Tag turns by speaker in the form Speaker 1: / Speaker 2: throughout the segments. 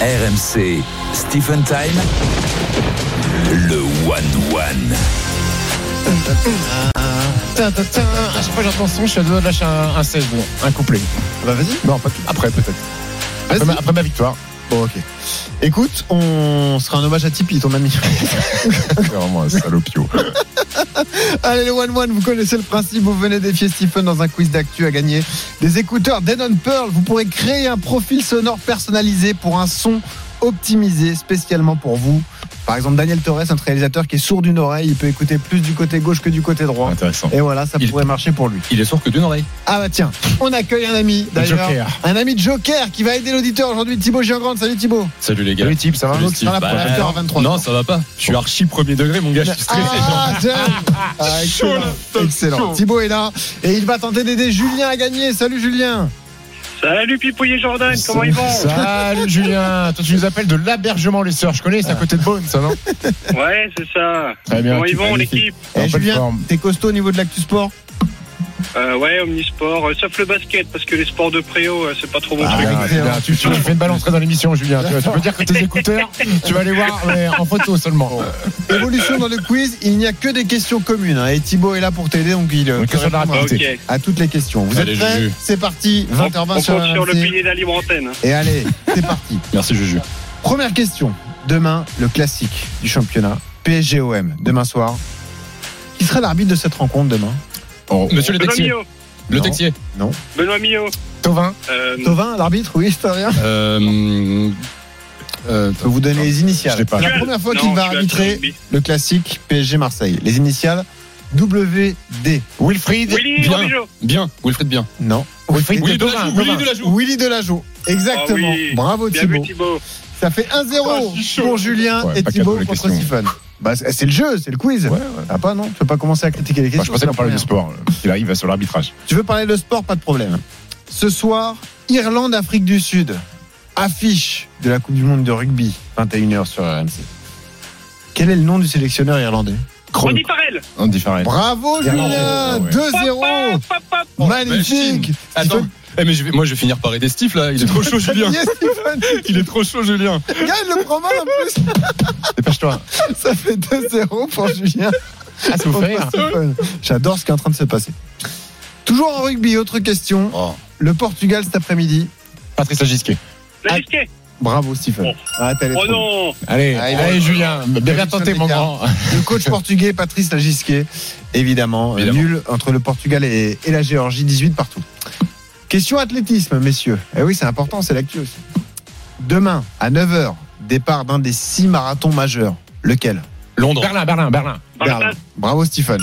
Speaker 1: RMC, Stephen Time, le One One.
Speaker 2: Tin, tin, tin. À chaque fois que j'entends son, je suis à deux doigts de lâcher un, un 16 bon, un couplet.
Speaker 3: Bah vas-y,
Speaker 2: Non, pas tout.
Speaker 3: après peut-être.
Speaker 2: Après
Speaker 3: Vas-y.
Speaker 2: ma, après ma victoire.
Speaker 3: Bon ok. Écoute, on sera un hommage à Tipeee, ton ami.
Speaker 2: C'est vraiment un salopio.
Speaker 3: Allez le One One, vous connaissez le principe, vous venez défier Stephen dans un quiz d'actu à gagner. Des écouteurs Denon Pearl, vous pourrez créer un profil sonore personnalisé pour un son optimisé spécialement pour vous. Par exemple, Daniel Torres, notre réalisateur qui est sourd d'une oreille, il peut écouter plus du côté gauche que du côté droit.
Speaker 2: Intéressant.
Speaker 3: Et voilà, ça
Speaker 2: Il-
Speaker 3: pourrait marcher pour lui.
Speaker 2: Il est sourd que d'une oreille.
Speaker 3: Ah bah tiens, on accueille un ami d'ailleurs.
Speaker 2: Joker.
Speaker 3: Un ami de Joker qui va aider l'auditeur aujourd'hui, Thibaut Giangrande. Salut Thibaut.
Speaker 4: Salut les gars.
Speaker 2: Salut type, ça va
Speaker 4: Salut,
Speaker 3: Donc, tu seras là
Speaker 4: Steve.
Speaker 3: pour
Speaker 4: Bah,
Speaker 3: l'after à 23.
Speaker 4: Non, ça va pas. Je suis archi premier degré, mon gars. Je suis stressé.
Speaker 3: Ah, j'aime. Ah, excellent. Excellent. Thibaut est là et il va tenter d'aider Julien à gagner. Salut Julien.
Speaker 5: Salut Pipouille et Jordan, comment ils vont
Speaker 2: Salut Julien. Toi, tu nous appelles de l'abergement, les sœurs. Je connais, c'est à côté de Beaune, ça, non
Speaker 5: Ouais, c'est ça.
Speaker 2: Très bien,
Speaker 5: Comment ils
Speaker 2: équipe,
Speaker 5: vont
Speaker 2: magnifique.
Speaker 5: l'équipe
Speaker 2: En
Speaker 3: Eh,
Speaker 2: bonne
Speaker 3: Julien,
Speaker 2: forme.
Speaker 3: t'es costaud au niveau de l'actu sport
Speaker 5: Euh, Ouais, omnisport, euh, sauf le basket, parce que les sports de préau, euh, c'est pas trop mon
Speaker 2: Ah,
Speaker 5: truc.
Speaker 2: bien,
Speaker 3: excellent.
Speaker 2: bien. tu, tu fais une balancerie dans l'émission, Julien. Tu, vois, tu peux dire que tes écouteurs, tu vas les voir mais en photo seulement.
Speaker 3: Évolution dans le quiz, il n'y a que des questions communes. hein, et Thibaut est là pour t'aider, donc il euh,
Speaker 2: Donc,
Speaker 3: peut
Speaker 2: sur la
Speaker 3: répondre à-
Speaker 2: rapidité.
Speaker 5: Ok,
Speaker 3: à toutes les questions. Vous
Speaker 4: Allez,
Speaker 3: êtes prêts
Speaker 4: Juju.
Speaker 3: C'est parti,
Speaker 5: on, on
Speaker 3: 20h20
Speaker 5: compte
Speaker 3: sur la
Speaker 5: sur le
Speaker 3: RMC.
Speaker 5: pilier de la libre antenne.
Speaker 3: Et allez, c'est parti.
Speaker 4: Merci Juju.
Speaker 3: Première question. Demain, le classique du championnat, PSG-OM, demain soir. Qui sera l'arbitre de cette rencontre demain
Speaker 4: Monsieur le
Speaker 5: Benoît
Speaker 4: Texier.
Speaker 5: Millot,
Speaker 4: Le
Speaker 3: Non.
Speaker 4: Texier.
Speaker 5: Benoît Millot,
Speaker 2: Tovin,
Speaker 5: euh,
Speaker 3: Tovin, l'arbitre, oui, historien
Speaker 4: Euh, euh,
Speaker 3: Je peux vous donner les initiales.
Speaker 2: Je l'ai pas.
Speaker 3: C'est la première fois qu'il
Speaker 5: non,
Speaker 3: va
Speaker 5: tu as
Speaker 3: arbitrer
Speaker 5: Toby.
Speaker 3: le classique PSG Marseille. Les initiales WD.
Speaker 2: Wilfried,
Speaker 5: Willy
Speaker 4: Bien.
Speaker 5: Robigeau.
Speaker 4: bien. Wilfried, bien.
Speaker 3: Non.
Speaker 2: Wilfried
Speaker 4: Willy
Speaker 2: Tovin,
Speaker 4: Delajoux,
Speaker 2: Tovin.
Speaker 4: Willy Delajoux.
Speaker 3: Willy Delageau. Exactement.
Speaker 5: Ah oui.
Speaker 3: Bravo
Speaker 5: Bien vu
Speaker 3: Thibaut.
Speaker 5: Thibaut.
Speaker 3: Ça fait 1-0
Speaker 5: Oh, je suis chaud.
Speaker 3: pour Julien
Speaker 2: Ouais,
Speaker 3: et
Speaker 2: pas
Speaker 3: Thibaut
Speaker 2: cadeau, les
Speaker 3: contre
Speaker 2: questions.
Speaker 3: Stéphane. Bah, c'est c'est le jeu, c'est le quiz.
Speaker 2: Ouais, ouais.
Speaker 3: Ah pas non, tu peux pas commencer à critiquer les
Speaker 2: Bah,
Speaker 3: questions.
Speaker 2: je pensais
Speaker 3: c'est
Speaker 2: qu'on parlait
Speaker 3: la
Speaker 2: du sport. Il arrive sur l'arbitrage.
Speaker 3: Tu veux parler de sport, pas de problème. Ce soir, Irlande-Afrique du Sud, affiche de la Coupe du Monde de rugby, 21h sur RMC. Quel est le nom du sélectionneur irlandais
Speaker 5: Ronnie Farrell.
Speaker 2: Indifférent.
Speaker 3: Bravo
Speaker 2: Irlande,
Speaker 3: Julien,
Speaker 2: ouais.
Speaker 3: 2-0,
Speaker 5: Pop, pop, pop, pop.
Speaker 3: magnifique.
Speaker 4: Attends. Eh, mais je vais- moi, je vais finir par aider Steve là. Il est trop chaud, Julien.
Speaker 3: Yes, Stephen,
Speaker 4: Il est trop chaud, Julien.
Speaker 3: gagne le promo en plus.
Speaker 2: Dépêche-toi.
Speaker 3: Ça fait 2-0 pour Julien.
Speaker 2: Ah, c'est
Speaker 3: Contre Stephen. J'adore ce qui est en train de se passer. Toujours en rugby, autre question.
Speaker 4: Oh.
Speaker 3: Le Portugal cet après-midi.
Speaker 2: Patrice Agisquet.
Speaker 3: Ah,
Speaker 5: La disquette.
Speaker 3: Bravo Stephen.
Speaker 5: Oh.
Speaker 3: Ah, t'as les
Speaker 5: Oh
Speaker 3: trois.
Speaker 5: non
Speaker 2: Allez,
Speaker 3: Ah, il
Speaker 2: allez
Speaker 3: a-
Speaker 2: Julien,
Speaker 3: il a
Speaker 2: bien
Speaker 3: eu
Speaker 2: tenté
Speaker 3: son
Speaker 2: mon
Speaker 3: écart.
Speaker 2: grand.
Speaker 3: Le coach portugais Patrice Lagisquet, évidemment, euh,
Speaker 4: Évidemment.
Speaker 3: nul entre le Portugal et, et la Géorgie, 18 partout. Question athlétisme, messieurs. Eh oui, c'est important, c'est l'actu aussi. Demain, à 9h, départ d'un des six marathons majeurs. Lequel
Speaker 4: Londres.
Speaker 2: Berlin, Berlin, Berlin.
Speaker 5: Barcelone.
Speaker 3: Berlin. Bravo, Stephen.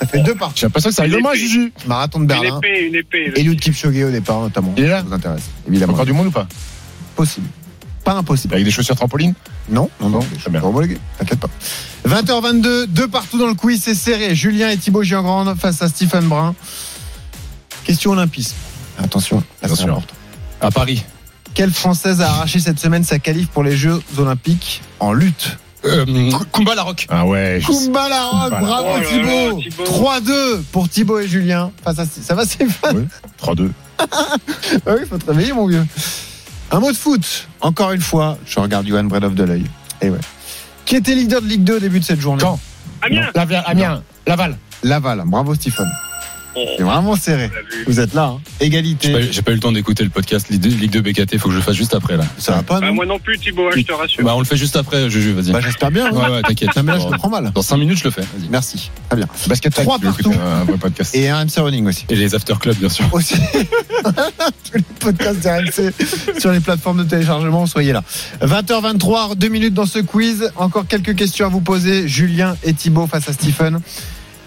Speaker 3: Ça fait deux parties.
Speaker 2: J'ai l'impression que ça arrive de moi, Juju.
Speaker 3: Marathon de
Speaker 5: Une
Speaker 3: Berlin.
Speaker 5: épée, une épée.
Speaker 3: Eliud Kipchoge au départ, notamment.
Speaker 2: Il est là
Speaker 3: Ça vous intéresse, évidemment.
Speaker 2: Encore du monde ou pas
Speaker 3: possible. Pas impossible.
Speaker 2: Avec des chaussures trampoline
Speaker 3: Non, non, non.
Speaker 2: Très bien.
Speaker 3: Bon, bon, les gars, T'inquiète pas. 20h22, deux partout dans le quiz, c'est serré. Julien et Thibaut Giangrande face à Stephen Brun. Question olympisme. Attention, là, c'est
Speaker 2: Attention.
Speaker 3: important.
Speaker 4: À Paris.
Speaker 3: Quelle Française a arraché cette semaine sa qualif pour les Jeux Olympiques en lutte
Speaker 4: Euh, Kumba la Rock.
Speaker 2: Ah ouais. je-
Speaker 3: Koumba Larocque,
Speaker 2: Koumba
Speaker 3: bravo
Speaker 5: Larocque. Oh là là,
Speaker 3: Thibaut.
Speaker 5: Thibaut.
Speaker 3: 3-2 pour Thibaut et Julien face à Sti- Ça va Stéphane
Speaker 2: 3-2.
Speaker 3: Ah oui, faut te réveiller mon vieux. Un mot de foot, encore une fois, je regarde Johan Bredov de l'œil. Et ouais. Qui était leader de Ligue 2 au début de cette journée
Speaker 2: Caen.
Speaker 5: Amiens
Speaker 2: Lavia- Amiens, Laval.
Speaker 3: Laval, bravo Stéphane.
Speaker 5: Oh,
Speaker 3: C'est vraiment serré.
Speaker 5: on l'a vu. Bah,
Speaker 3: Vous êtes là, hein.
Speaker 4: J'ai pas,
Speaker 3: égalité.
Speaker 4: eu- j'ai pas eu le temps d'écouter le podcast Ligue 2 Ligue 2 BKT. Faut que je le fasse juste après là.
Speaker 3: Ça va pas,
Speaker 5: Bah,
Speaker 3: Ah non
Speaker 5: Moi non plus Thibaut, hein, je te rassure.
Speaker 4: Bah, on le fait juste après, Juju. Vas-y.
Speaker 3: Bah, J'espère bien. hein.
Speaker 4: Ouais, ouais, t'inquiète.
Speaker 3: Non, mais là, je me prends mal.
Speaker 4: Dans 5 minutes, je le fais. Vas-y.
Speaker 3: Merci. Très bien.
Speaker 2: Basket Time,
Speaker 3: Trois
Speaker 2: tu veux écouter
Speaker 3: partout.
Speaker 2: Un vrai podcast.
Speaker 3: Et un MC Running aussi.
Speaker 4: Et les After Club, bien sûr.
Speaker 3: Aussi, tous les podcasts RMC sur les plateformes de téléchargement, soyez là. 20h23, deux minutes dans ce quiz. Encore quelques questions à vous poser. Julien et Thibaut face à Stephen.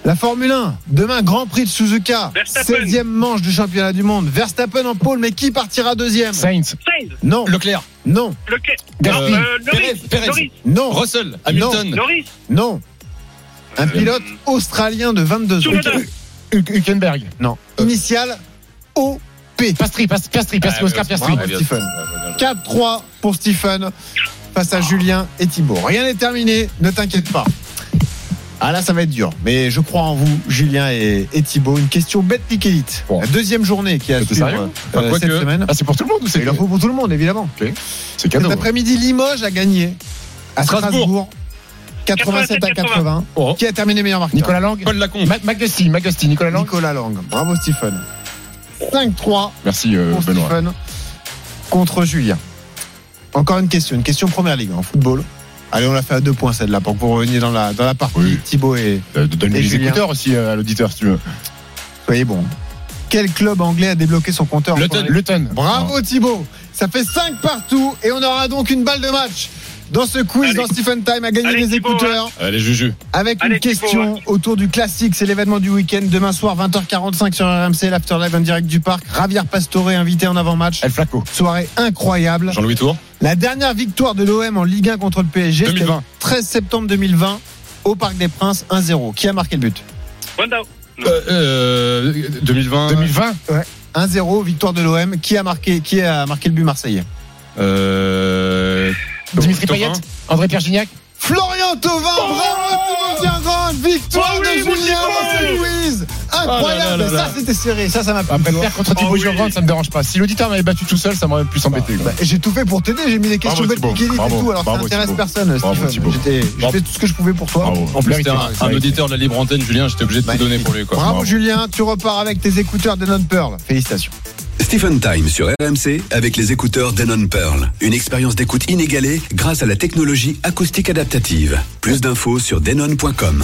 Speaker 3: La Formule 1, demain Grand Prix de Suzuka,
Speaker 5: Verstappen.
Speaker 3: 16e manche du championnat du monde. Verstappen en pôle, mais qui partira deuxième
Speaker 2: Saints,
Speaker 3: Bah.
Speaker 5: Sainz,
Speaker 3: Non,
Speaker 4: Leclerc.
Speaker 3: non,
Speaker 5: Lequel Non,
Speaker 4: Gasly.
Speaker 5: euh, Norris,
Speaker 4: Perez, Perez.
Speaker 5: Norris,
Speaker 3: non.
Speaker 4: Russell. Hamilton.
Speaker 5: Norris,
Speaker 3: Non. Un pilote australien de 22 ans.
Speaker 5: Tsunoda,
Speaker 2: Hü- Hülkenberg.
Speaker 3: Non. Initial OP.
Speaker 2: Pastry, Pas- Piastri, Piastri,
Speaker 4: Ah,
Speaker 2: Oscar
Speaker 4: ouais,
Speaker 2: Piastri.
Speaker 3: Bravo,
Speaker 4: bien.
Speaker 3: Stephen. 4-3 pour Stephen face à Julien et Thibaut. Rien n'est terminé, ne t'inquiète pas. Ah là, ça va être dur. Mais je crois en vous, Julien et, et Thibaut. Une question bête pique élite.
Speaker 2: Bon.
Speaker 3: La deuxième journée qui a
Speaker 4: T'es
Speaker 3: suivre
Speaker 4: sérieux
Speaker 3: euh,
Speaker 2: Enfin, quoi
Speaker 3: cette
Speaker 2: que-
Speaker 3: semaine.
Speaker 2: Ah, c'est pour tout le monde ou
Speaker 3: C'est
Speaker 2: c'est
Speaker 3: l'info pour tout le monde, évidemment.
Speaker 2: C'est
Speaker 3: Cet
Speaker 2: cadeau. hein.
Speaker 3: après-midi, Limoges a gagné à
Speaker 4: Strasbourg.
Speaker 3: Strasbourg. 87 à 80.
Speaker 2: Oh.
Speaker 3: Qui a terminé meilleur marqueur
Speaker 2: Nicolas Lang
Speaker 4: Paul Lacombe.
Speaker 2: Ma- Magasti, Magasti, Nicolas Lang.
Speaker 3: Nicolas Lang. Bravo, Stephen. 5-3
Speaker 2: Merci euh,
Speaker 3: pour
Speaker 2: Benoît.
Speaker 3: Stephen contre Julien. Encore une question, une question première ligue en football. Allez, on l'a fait à deux points celle-là pour que vous reveniez dans la, dans la partie.
Speaker 2: Oui.
Speaker 3: Thibaut et
Speaker 2: Euh, Donne-lui
Speaker 3: Et
Speaker 2: les
Speaker 3: Julien.
Speaker 2: écouteurs aussi euh, à l'auditeur si tu veux.
Speaker 3: soyez bons. Quel club anglais a débloqué son compteur en première ligue
Speaker 2: Luton.
Speaker 3: Bravo
Speaker 5: Ah.
Speaker 3: Thibaut Ça fait 5 partout et on aura donc une balle de match dans ce quiz
Speaker 5: Allez.
Speaker 3: dans Stephen Time à gagner
Speaker 5: Allez,
Speaker 3: des
Speaker 5: Thibaut, hein.
Speaker 3: écouteurs.
Speaker 2: Euh,
Speaker 4: Allez, Juju.
Speaker 3: Avec une
Speaker 5: Allez, Thibaut, hein.
Speaker 3: question autour du classique, c'est l'événement du week-end. Demain soir, 20h45 sur RMC, l'afterlive en direct du parc. Javier Pastore invité en avant-match.
Speaker 2: El Flaco.
Speaker 3: Soirée incroyable.
Speaker 4: Jean-Louis Tour.
Speaker 3: La dernière victoire de l'OM en Ligue 1 contre le PSG, c'était
Speaker 4: 2020.
Speaker 3: le 13 septembre 2020 au Parc des Princes 1-0. Qui a marqué le but
Speaker 5: Wanda.
Speaker 4: Euh, euh, 2020.
Speaker 2: 2020.
Speaker 3: 1-0, victoire de l'OM. Qui a marqué qui a marqué le but marseillais
Speaker 4: Euh,
Speaker 2: Dimitri
Speaker 4: Thauvin.
Speaker 2: Payet. André Pierre Gignac.
Speaker 3: Florian Thauvin, bravo Thibaut Guirande, victoire
Speaker 5: Oh oui,
Speaker 3: de
Speaker 5: mon
Speaker 3: Julien dans ce
Speaker 5: Thibaut
Speaker 3: quiz Incroyable,
Speaker 4: là là là.
Speaker 3: ça c'était serré, ça ça m'a plu.
Speaker 2: Après le perdre contre
Speaker 5: Oh
Speaker 2: Thibaut
Speaker 5: oui.
Speaker 2: Giordano, ça me dérange pas. Si l'auditeur m'avait battu tout seul, ça m'aurait plus embêté. quoi.
Speaker 3: Bah, j'ai tout fait pour t'aider, j'ai mis des questions bêtes
Speaker 2: Thibaut.
Speaker 3: qui et
Speaker 2: Bravo.
Speaker 3: tout, alors ça
Speaker 2: Bravo,
Speaker 3: n'intéresse
Speaker 2: Thibaut.
Speaker 3: personne,
Speaker 2: Bravo,
Speaker 3: Stephen.
Speaker 2: Thibaut.
Speaker 3: J'étais- J'ai
Speaker 2: Bravo.
Speaker 3: fait tout ce que je pouvais pour toi.
Speaker 2: Bravo.
Speaker 4: En plus,
Speaker 2: Mérité,
Speaker 4: c'était un,
Speaker 2: mérité.
Speaker 4: un auditeur de la libre antenne, Julien, j'étais obligé de tout donner pour lui. Quoi.
Speaker 3: Bah, Bravo Julien, tu repars avec tes écouteurs Denon Pearl. Félicitations.
Speaker 1: Stephen Time sur RMC avec les écouteurs Danone Pearl. Une expérience d'écoute inégalée grâce à la technologie acoustique adaptative. Plus d'infos sur danone.com.